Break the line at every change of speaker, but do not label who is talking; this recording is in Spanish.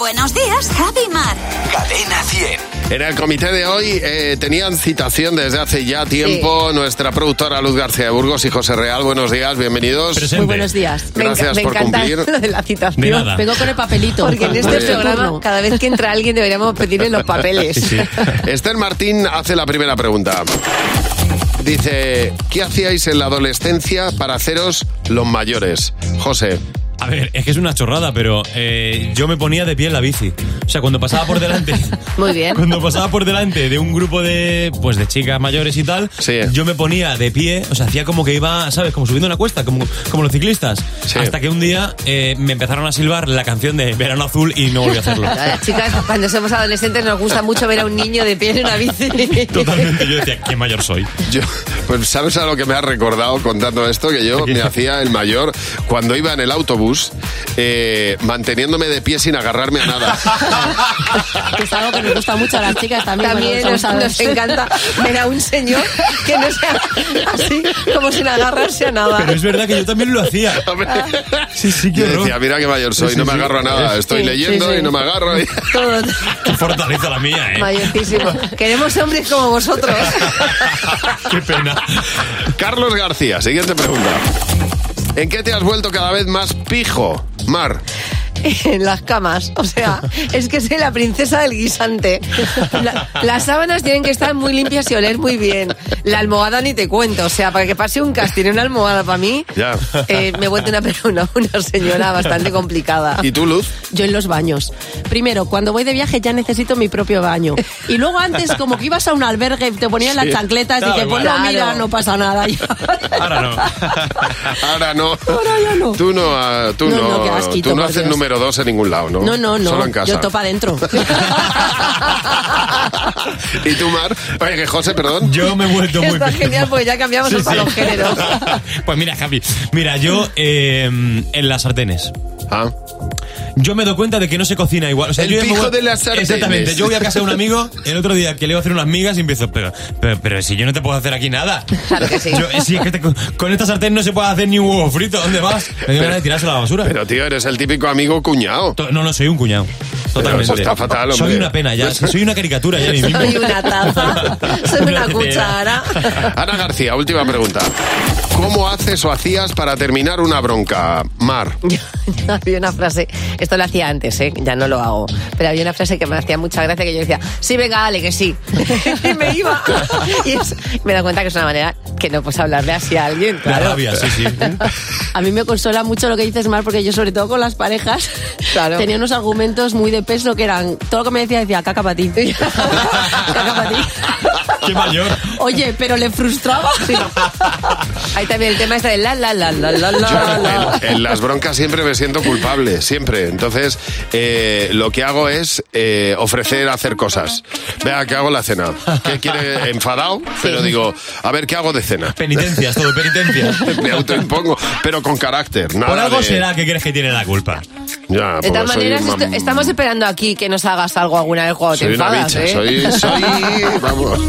Buenos días, Javi Mar.
Cadena 100.
En el comité de hoy eh, tenían citación desde hace ya tiempo nuestra productora Luz García de Burgos y José Real. Buenos días, bienvenidos.
Muy buenos días.
Gracias
me, enca-
por
me encanta
cumplir.
lo de la citación.
De nada.
Vengo con el papelito. Porque en
Muy
este
bien.
programa, cada vez que entra alguien, deberíamos pedirle los papeles.
Esther Martín hace la primera pregunta. Dice, ¿qué hacíais en la adolescencia para haceros los mayores? José.
A ver, Eh, es que es una chorrada, pero eh, yo me ponía de pie en la bici. O sea, cuando pasaba por delante,
Muy bien.
cuando pasaba por delante de un grupo de, pues, de chicas mayores y tal,
eh.
yo me ponía de pie, o sea, hacía como que iba, ¿sabes? Como subiendo una cuesta, como, como los ciclistas. Hasta que un día eh, me empezaron a silbar la canción de Verano Azul y no volví a hacerlo.
Claro, a las chicas, cuando somos adolescentes, nos gusta mucho ver a un niño de pie en una bici.
Totalmente, yo decía, qué mayor soy.
Yo, pues sabes a lo que me has recordado contando esto, que yo me hacía el mayor cuando iba en el autobús, eh, manteniéndome de pie sin agarrarme a nada.
Que es algo que nos gusta mucho a las chicas también.
También
bueno,
nos,
somos
nos encanta ver a un señor que no sea así, como sin agarrarse a nada.
Pero es verdad que yo también lo hacía. Sí, sí,
Yo decía, mira qué mayor soy,
Sí,
no
sí,
me
sí.
agarro a nada, estoy
Sí,
leyendo
sí, sí.
y no me agarro. y-
Todo
Qué fortaleza la mía, ¿eh?
mayorcísimo. Queremos hombres como vosotros.
Qué pena.
Carlos García, siguiente pregunta. ¿En qué te has vuelto cada vez más pijo, Mar?
en las camas. O sea, es que soy la princesa del guisante. La- las sábanas tienen que estar muy limpias y oler muy bien. La almohada ni te cuento. O sea, para que pase un casting en una almohada para mí,
Ya.
eh, me he vuelto una, una, una señora bastante complicada.
¿Y tú, Luz?
Yo en los baños. Primero, cuando voy de viaje ya necesito mi propio baño. Y luego antes, como que ibas a un albergue, te ponían
Sí.
las chancletas
Da
y que
igual.
pues no, mira,
Claro.
no pasa nada. Yo-
Ahora no.
Ahora no. Tú no, ah, tú
No,
no,
no, qué asquito,
tú no
por
haces
Dios.
número dos en ningún lado, ¿no?
No, no, no.
Solo en casa.
Yo topa adentro.
¿Y tú, Mar? Oye, que José, perdón.
Yo me he vuelto muy
Está genial pues porque ya cambiamos
Sí,
hasta
sí.
los géneros.
Pues mira, Javi, mira, yo eh, en las sartenes.
Ah,
Yo me doy cuenta de que no se cocina igual. O sea,
El
yo ya me
pijo
voy-
de las sartenes.
Exactamente. Yo voy a casa de un amigo el otro día que le iba a hacer unas migas y empiezo, pero, pero, pero si yo no te puedo hacer aquí nada.
Claro que sí.
Yo- eh, si es que te- con esta sartén no se puede hacer ni un huevo frito. ¿Dónde vas? Me dio ganas de tirársela a la basura.
Pero, tío, eres el típico amigo cuñado.
No, no, soy un cuñado. Totalmente.
eso está fatal,
soy
hombre.
una pena ya. Soy una caricatura ya de mí mismo.
Soy una taza, soy una
tetera.
cuchara.
Ana García, última pregunta. ¿Cómo haces o hacías para terminar una bronca, Mar?
Había una frase, esto lo hacía antes, ¿eh? ya no lo hago, pero había una frase que me hacía mucha gracia que yo decía, sí, venga, dale, que sí. y me iba. y es- me da cuenta que es una manera que no puedes hablarle así a alguien.
La
Claro.
rabia, sí, sí.
A mí me consuela mucho lo que dices, Mar, porque yo, sobre todo con las parejas, tenía unos argumentos muy de peso que eran todo lo que me decía, decía caca para ti. caca para ti.
Qué mayor.
Oye, pero le frustraba.
Ahí también el tema está de la, la, la, la, la, la,
Ah,
la.
En, en las broncas siempre me siento culpable, siempre. Entonces, eh, lo que hago es eh, ofrecer hacer cosas. Vea, que hago la cena. ¿Qué quiere? Enfadado, pero digo, a ver, ¿qué hago de cena?
Penitencias, todo penitencias.
Me autoimpongo, pero con carácter. Nada
Por algo
de-
será que crees que tiene la culpa.
Ya,
De
porque
todas
soy
maneras,
un mam-
esto- estamos esperando aquí que nos hagas algo alguna vez cuando te
soy una
enfadas,
bicha,
¿eh?
soy, soy, vamos.